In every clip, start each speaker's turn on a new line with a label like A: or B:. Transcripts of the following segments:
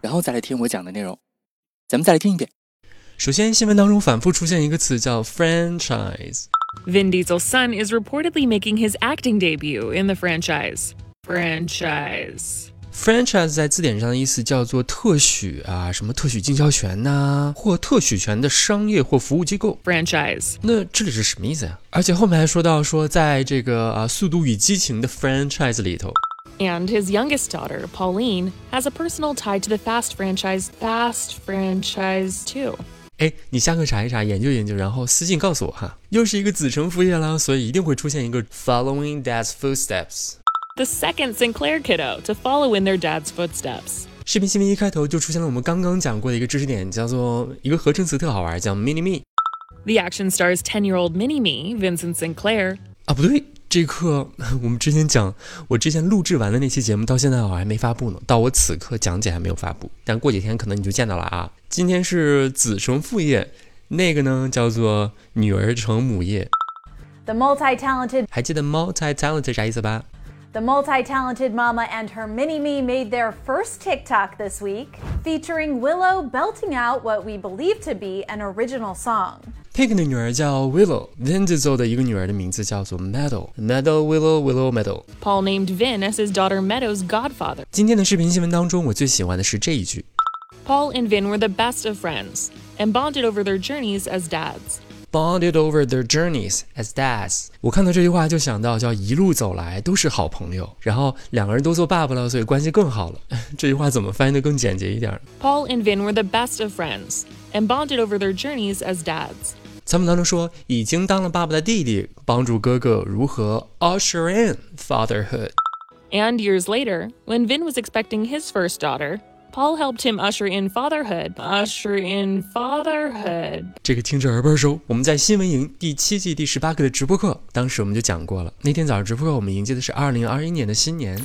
A: 然后再来听我讲的内容。咱们再来听一遍。
B: 首先，新闻当中反复出现一个词叫 franchise。
C: Vin Diesel's son is reportedly making his acting debut in the franchise. Franchise.
B: franchise 在字典上的意思叫做特许啊，什么特许经销权呐、或特许权的商业或服务机构。
C: Franchise.
B: 那这里是什么意思呀、而且后面还说到说，在这个啊《速度与激情》的 franchise 里头，
C: And his youngest daughter, Pauline, has a personal tie to the Fast franchise, Fast Franchise too.
B: 哎，你下课查一查，研究研究，然后私信告诉我哈。又是一个子承父业啦，所以一定会出现一个 following dad's footsteps。
C: The second Sinclair kiddo to follow in their dad's footsteps.
B: 视频新闻一开头就出现了我们刚刚讲过的一个知识点，叫做一个合成词特好玩，叫 mini me。
C: The action star's 10 year old mini me, Vincent Sinclair,
B: 啊，不对，这课我们之前讲，我之前录制完的那期节目到现在我还没发布呢，到我此刻讲解还没有发布，但过几天可能你就见到了啊。今天是子承父业，那个呢叫做女儿承母业，
D: The multi talented
B: 还记得 multi talented 啥意思吧？
D: the multi talented mama and her mini me made their first TikTok this week, featuring Willow belting out what we believe to be an original song.
B: Pink 的女儿叫 Willow，Vin Diesel 的一个女儿的名字叫做 Meadow，Meadow Willow Willow Meadow。
C: Paul named Vin as his daughter Meadow's godfather.
B: 今天的视频新闻当中，我最喜欢的是这一句
C: Paul and Vin were the best of friends and bonded over their journeys as dads.
B: ，bonded over their journeys as dads。我看到这句话就想到叫一路走来都是好朋友，然后两个人都做爸爸了，所以关系更好了。 这句话怎么翻译的更简洁一点呢？
C: Paul and Vin were the best of friends and bonded over their journeys as dads.
B: 咱们当中说，已经当了爸爸的弟弟帮助哥哥如何 usher in fatherhood。
C: And years later, when Vin was expecting his first daughter, Paul helped him usher in fatherhood. Usher in fatherhood.
B: 这个听着耳倍儿熟。我们在新闻营第七季第十八课的直播课，当时我们就讲过了。那天早上直播课，我们迎接的是二零二一年的新年。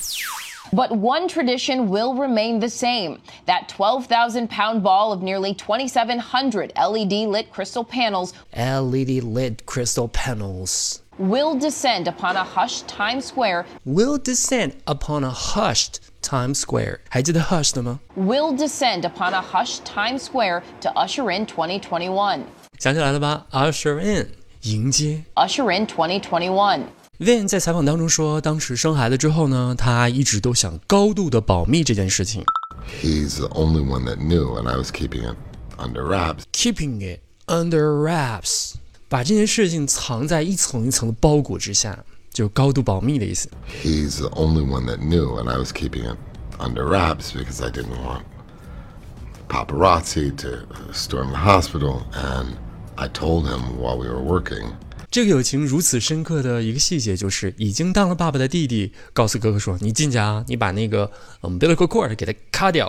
E: But one tradition will remain the same that 12,000 pound ball of nearly 2,700 LED E lit crystal panels
B: LED E lit crystal panels
E: will descend upon a hushed Times Square,
B: will descend upon a hushed Times Square。还记得 hushed 吗？
E: will descend upon a hushed Times Square to usher in 2021.
B: 想起来了吧？Usher in，迎接。
E: Usher in 2021.
B: Vin 在采访当中说，当时生孩子之后呢，他一直都想高度的保密这件事情
F: he's the only one that knew, and I was keeping it under wraps.
B: ，keeping it under wraps，把这件事情藏在一层一层的包裹之下，就是高度保密的意思。
F: He's the only one that knew, and I was keeping it under wraps because I didn't want paparazzi to storm the hospital. And I told him while we were working,
B: 这个友情如此深刻的一个细节，就是已经当了爸爸的弟弟告诉哥哥说：“你进去啊，你把那个嗯 umbilical cord 给它咔掉。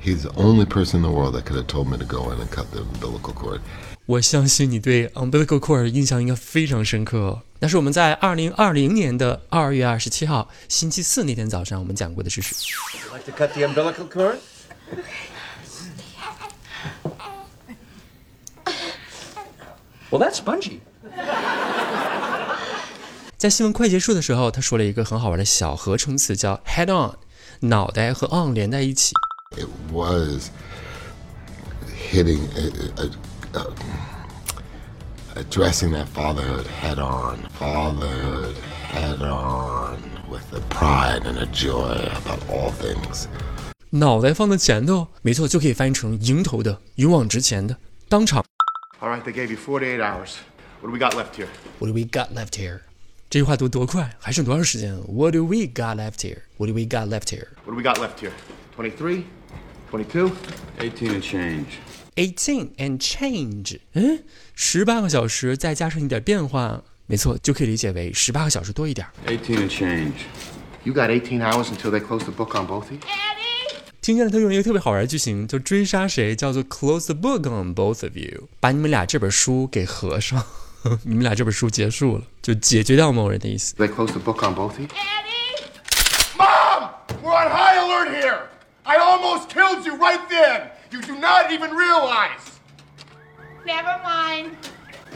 F: he's the only person in the world that could have told me to go in and cut the umbilical cord. ”
B: 我相信你对 umbilical cord 印象应该非常深刻、哦。那是我们在二零二零年的二月二十七号星期四那天早上我们讲过的知识。
G: Like to cut the umbilical cord? Well, that's bungee.
B: 在新闻快结束的时候，他说了一个很好玩的小合成词，叫 head on，脑袋和 on 连在一起。
F: It was hitting, uh, uh, uh, addressing that fatherhood head on, fatherhood head on, with a pride and a joy about all things.
B: 脑袋放在前头，没错，就可以翻译成迎头的、勇往直前的。当场
G: All right, they gave you 48 hours. What do we got left here?
B: What do we got left here？这句话读多快，还剩多长时间？What do we got left here? What do we got left here?
G: What do we got left here? 23, 22? 18 and change.
B: Eighteen and change。嗯，十八个小时再加上一点变化，没错，就可以理解为十八个小时多一点。
G: 18 and change. You got 18 hours until they close the book on both of you?
B: 听见了他用一个特别好玩的句型，就追杀谁叫做 close the book on both of you，把你们俩这本书给合上， 你们俩这本书结束了，就解决掉某人的意思。
G: They closed the book on both of you?
H: Mom! We're on high alert here! I almost killed you right then! You do not even realize!
I: Never mind.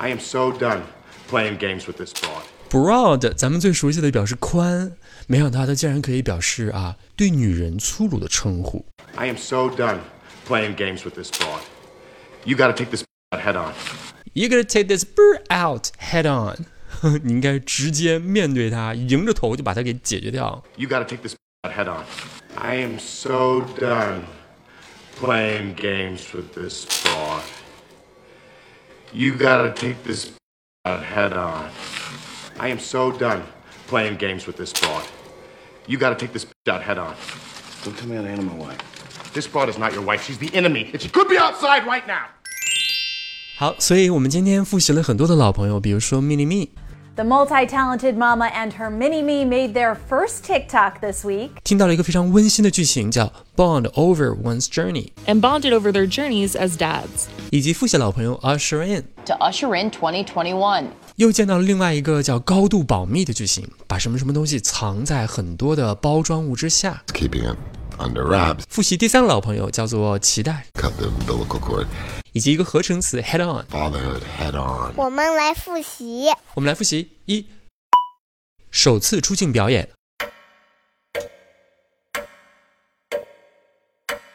H: I am so done playing games with this broad.
B: Broad，咱们最熟悉的表示宽，没想到它竟然可以表示啊对女人粗鲁的称呼。
H: I am so done playing games with this broad. You gotta take this head on.
B: You gotta take this bird out head on，你 应该直接面对它，迎着头就把它给解决掉。
H: You gotta take this head on. I am so done playing games with this broad. You gotta take this head on. I am so done playing games with this broad. You gotta take this head on.
G: Don't tell me how to handle my wife.
H: This broad is not your wife. She's the enemy. And she could be outside right now.
B: 好，所以我们今天复习了很多的老朋友，比如说 mini me。
D: The multi talented mama and her mini me made their first TikTok this week.
B: 听到了一个非常温馨的剧情，叫 Bond over one's journey，
C: and bonded over their journeys as dads.
B: 以及复习老朋友 usher in，
E: To usher in 2021.
B: 又见到了另外一个叫高度保密的句型，把什么什么东西藏在很多的包装物之下。
F: Keeping it under wraps.
B: 复习第三个老朋友叫做脐带，
F: Cut the umbilical cord.
B: 以及一个合成词 head on。
F: Fatherhood head on.
J: 我们来复习。
B: 我们来复习一，首次出镜表演；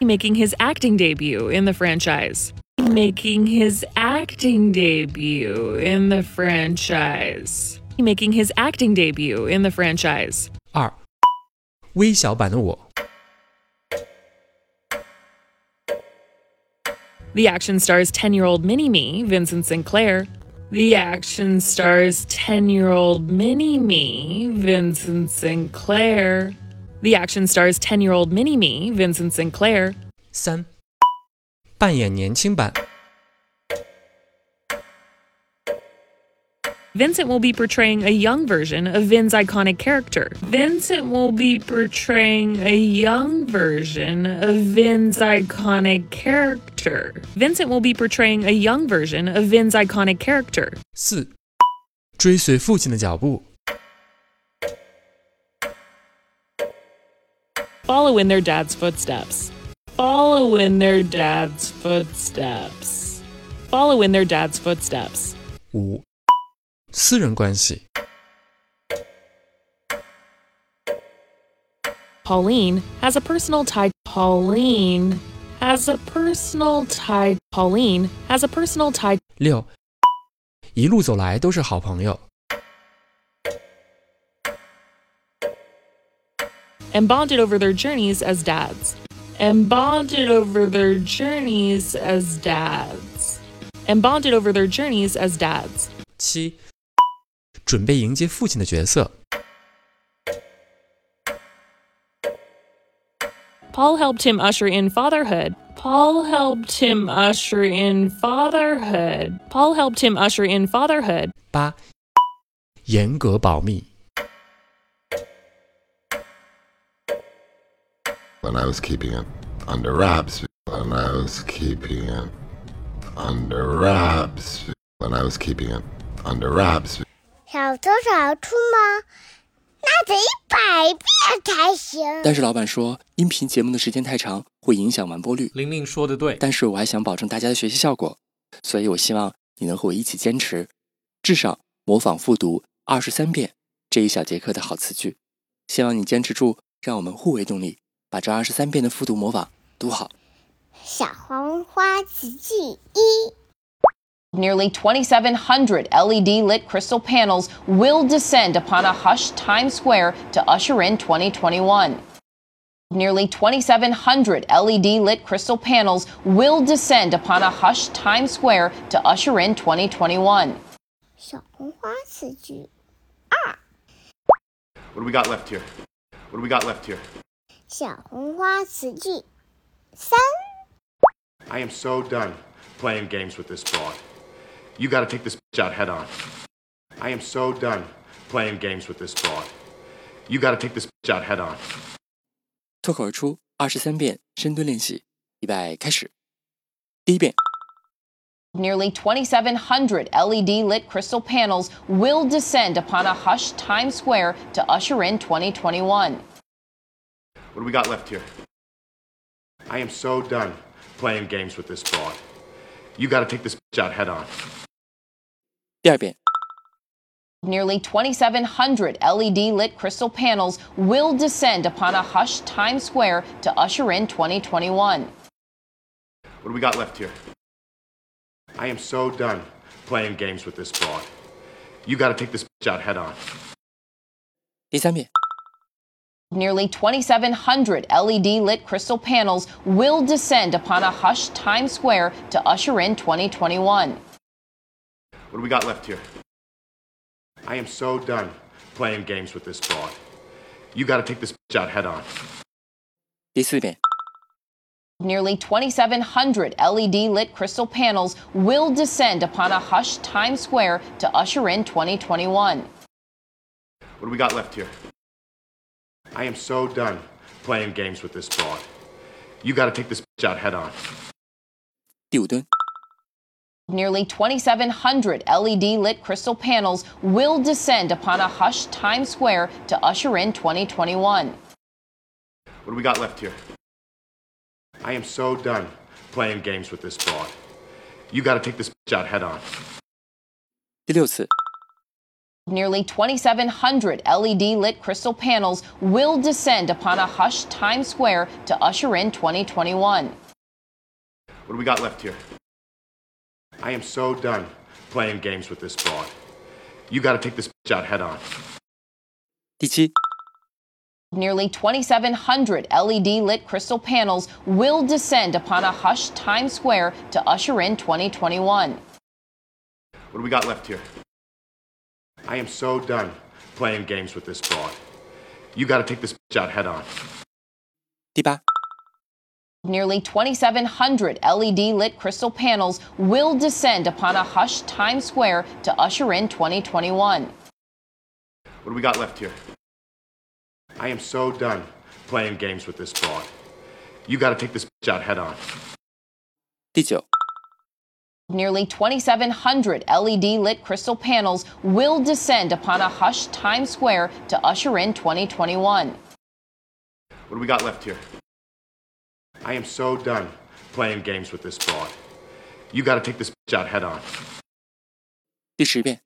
C: Making his acting debut in the franchise. Making his acting debut in the franchise. Making his acting debut in the franchise.
B: 二，微小版的我；
C: The action stars 10 year old mini me, Vincent Sinclair. The action stars 10 year old mini me, Vincent Sinclair. The action stars 10 year old mini me, Vincent Sinclair.
B: 三，扮演年轻版；
C: Vincent will be portraying a young version of Vin's iconic character. Vincent will be portraying a young version of Vin's iconic character. Vincent will be portraying a young version of Vin's iconic character.
B: 四，追随父亲的脚步；
C: Follow in their dad's footsteps. Follow in their dad's footsteps. Follow in their dad's footsteps.
B: 五，私人关系；
C: Pauline has a personal tie. Pauline has a personal tie. Pauline has a personal tie.
B: 六，一路走来都是好朋友；
C: and bonded over their journeys as dads. And bonded over their journeys as dads. And bonded over their journeys as dads.
B: 七，准备迎接父亲的角色；
C: Paul helped him usher in fatherhood. Paul helped him usher in fatherhood. Paul helped him usher in fatherhood.
B: 八，严格保密；
F: When I was keeping it under wraps. When I was keeping it under wraps. When I was keeping it under wraps.
J: 小偷小出吗？那得一百遍才行。
A: 但是老板说，音频节目的时间太长，会影响完播率。
K: 玲玲说的对，
A: 但是我还想保证大家的学习效果，所以我希望你能和我一起坚持，至少模仿复读二十三遍这一小节课的好词句。希望你坚持住，让我们互为动力，把这二十三遍的复读模仿读好。
J: 小黄花词句一，
E: Nearly 2,700 LED E lit crystal panels will descend upon a hushed Times Square to usher in 2021. Nearly 2,700 LED E lit crystal panels will descend upon a hushed Times Square to usher in 2021.
J: 小红花词句，
H: What do we got left here? What do we got left here?
J: 小红花词句三，
H: I am so done playing games with this broad. You gotta take this out head on. I am so done playing games with this broad. You gotta take this out head on.
A: 脱口而出二十三遍深蹲练习，预备开始。第一遍，
E: Nearly 2,700 LED E lit crystal panels will descend upon a hushed Times Square to usher in 2021.
H: What do we got left here? I am so done playing games with this broad. You gotta take this bitch out head on.
A: 第二遍，
E: Nearly 2,700 LED E lit crystal panels will descend upon a hushed Times Square to usher in 2021.
H: What do we got left here? I am so done playing games with this broad. You gotta take this bitch out head on.
A: 第三遍，
E: Nearly 2,700 LED E lit crystal panels will descend upon a hushed Times Square to usher in 2021.
H: What do we got left here? I am so done playing games with this broad. You gotta take this bitch out head on.
A: 第四遍，
E: Nearly 2,700 LED E lit crystal panels will descend upon a hushed Times Square to usher in 2021.
H: What do we got left here? I am so done playing games with this broad. You gotta take this bitch out head on.
A: 第五蹲，
E: Nearly 2,700 LED E lit crystal panels will descend upon a hushed Times Square to usher in 2021.
H: What do we got left here? I am so done playing games with this broad. You gotta take this bitch out head on.
A: 第六次，
E: Nearly 2,700 LED E lit crystal panels will descend upon a hushed Times Square to usher in 2021.
H: What do we got left here? I am so done playing games with this broad. You gotta take this bitch out head on.
A: 第七，
E: Nearly 2,700 LED E lit crystal panels will descend upon a hushed Times Square to usher in 2021.
H: What do we got left here? I am so done playing games with this broad. You gotta take this bitch out head on.
A: 第八，
E: Nearly 2,700 LED E lit crystal panels will descend upon a hushed Times Square to usher in 2021.
H: What do we got left here? I am so done playing games with this broad. You gotta take this bitch out head on.
A: 第九，
E: Nearly 2,700 LED E lit crystal panels will descend upon a hushed Times Square to usher in 2021.
H: What do we got left here? I am so done playing games with this broad. You gotta take this bitch out head on.
A: 第十遍，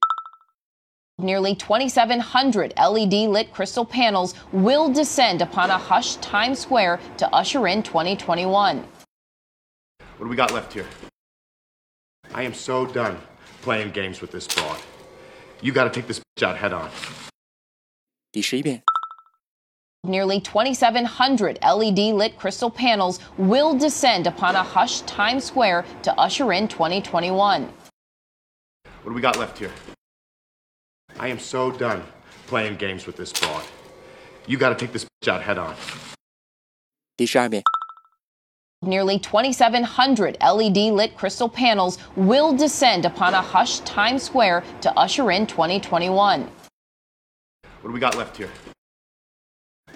E: Nearly 2,700 LED E lit crystal panels will descend upon a hushed Times Square to usher in 2021.
H: What do we got left here? I am so done playing games with this broad. You gotta take this bitch out head on.
A: 第十一遍，
E: Nearly 2,700 LED E lit crystal panels will descend upon a hushed Times Square to usher in 2021.
H: What do we got left here? I am so done playing games with this broad. You gotta take this bitch out head on.
A: 第十二遍，
E: Nearly 2,700 LED E lit crystal panels will descend upon a hushed Times Square to usher in 2021.
H: What do we got left here?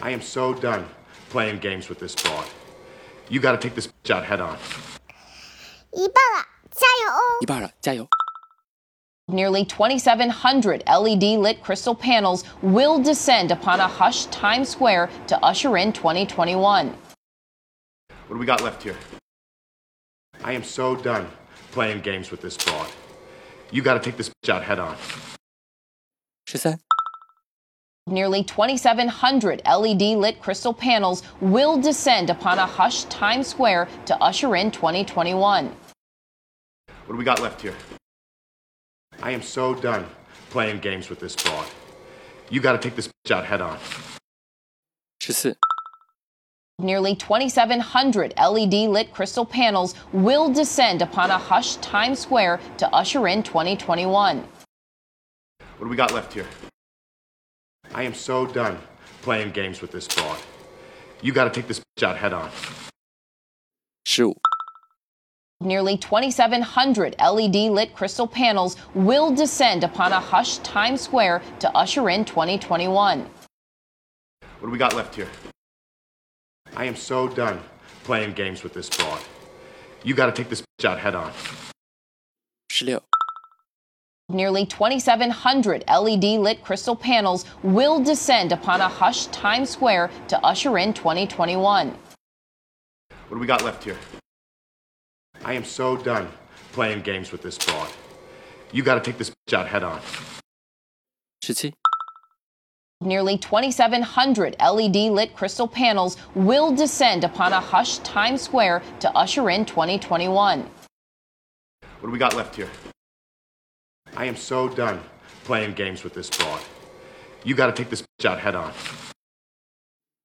H: I am so done playing games with this broad. You gotta take this bitch out head on.
J: 一半了，加油哦！
A: 一半了，加油！
E: Nearly 2,700 LED E lit crystal panels will descend upon a hushed Times Square to usher in 2021.
H: What do we got left here? I am so done playing games with this broad. You gotta take this bitch out head on.
A: 十三、
E: Nearly 2,700 LED E lit crystal panels will descend upon a hushed Times Square to usher in 2021.
H: What do we got left here? I am so done playing games with this broad. You gotta take this bitch out head on.
A: 十四、
E: Nearly 2,700 LED E lit crystal panels will descend upon a hushed Times Square to usher in 2021.
H: What do we got left here? I am so done playing games with this broad. You gotta take this bitch out head on.
A: 十五、
E: Nearly 2,700 LED E lit crystal panels will descend upon a hushed Times Square to usher in 2021.
H: What do we got left here? I am so done playing games with this broad. You gotta take this bitch out head on.
A: 十六，
E: Nearly 2,700 LED E lit crystal panels will descend upon a hushed Times Square to usher in 2021.
H: What do we got left here? I am so done playing games with this broad. You gotta take this bitch out head on.
A: 十七，
E: Nearly 2,700 LED E lit crystal panels will descend upon a hushed Times Square to usher in 2021.
H: What do we got left here? I am so done playing games with this broad. You gotta take this bitch out head on.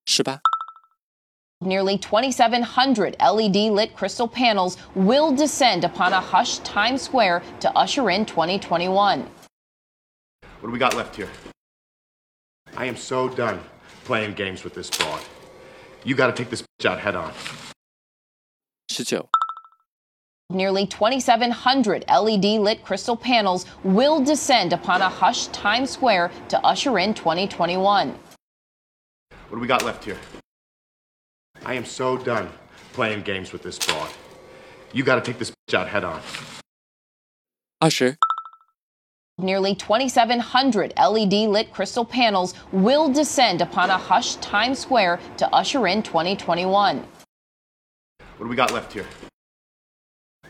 A: 十八，
E: Nearly 2,700 LED E lit crystal panels will descend upon a hushed Times Square to usher in 2021.
H: What do we got left here? I am so done playing games with this broad. You gotta take this bitch out head on.
A: 十九，
E: Nearly 2,700 LED E lit crystal panels will descend upon a hushed Times Square to usher in 2021.
H: What do we got left here? I am so done playing games with this broad. You gotta take this bitch out head on.
A: 二十，
E: Nearly 2,700 LED E lit crystal panels will descend upon a hushed Times Square to usher in 2021.
H: What do we got left here?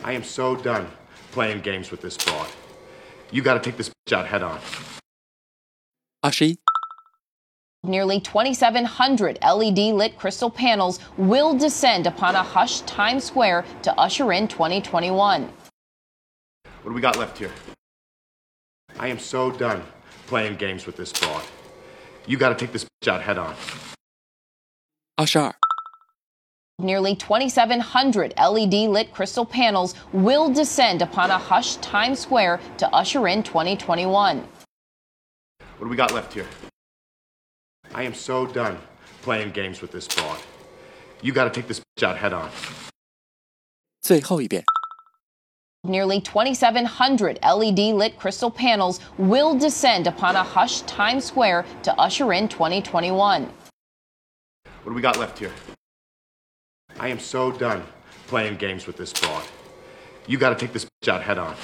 H: I am so done playing games with this broad. You gotta take this bitch out head on.
A: 二十一，
E: Nearly 2,700 LED E lit crystal panels will descend upon a hushed Times Square to usher in 2021.
H: What do we got left here? I am so done playing games with this broad. You gotta take this bitch out head on.
A: 二十二，
E: Nearly 2,700 LED E lit crystal panels will descend upon a hushed Times Square to usher in 2021.
H: What do we got left here? I am so done playing games with this broad. You gotta take this bitch out head on.
A: 最后一遍。
E: Nearly 2,700 LED E lit crystal panels will descend upon a hushed Times Square to usher in 2021.
H: What do we got left here? I am so done playing games with this broad. You gotta take this bitch out head on.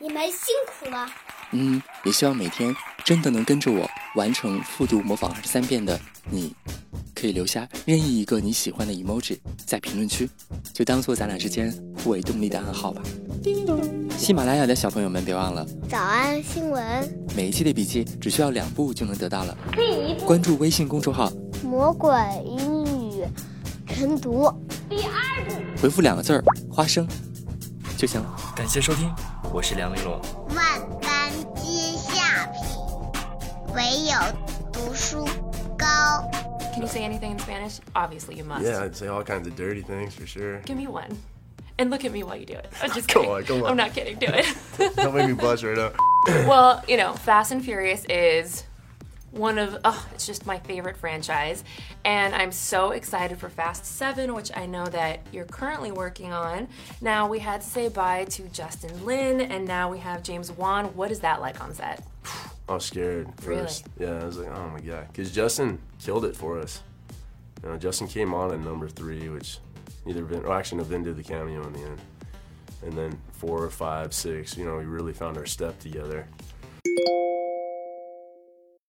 J: 你们辛苦了。
A: 嗯，也希望每天真的能跟着我完成复读模仿二十三遍的你，可以留下任意一个你喜欢的 emoji 在评论区，就当做咱俩之间互为动力的暗号吧。
L: 叮咚，
A: 喜马拉雅的小朋友们，别忘了
L: 早安新闻，
A: 每一期的笔记只需要两步就能得到了。
L: 第一步
A: 关注微信公众号，
L: 魔鬼英语晨读，第二步
A: 回复两个字儿“花生”就行了。感谢收听，我是梁丽罗。
J: 万般皆下品，唯有读书高。
K: Can you say anything in Spanish? Obviously, you must.
M: Yeah, I'd say all kinds of dirty things for sure.
K: Give me one. And look at me while you do it. I'm just
M: Go
K: kidding.
M: on, go on.
K: I'm not kidding. Do it.
M: Don't make me blush right now.
K: well, you know, Fast and Furious is one of, oh, it's just my favorite franchise. And I'm so excited for Fast 7, which I know that you're currently working on. Now, we had to say bye to Justin Lin, and now we have James Wan. What is that like on set?
M: I was scared
K: Really?
M: first. Yeah, I was like, oh my god, because Justin killed it for us. You know, Justin came on at number three, which neither Vin, well, actually no, Vin did the cameo in the end, and then four, five, six. You know, we really found our step together.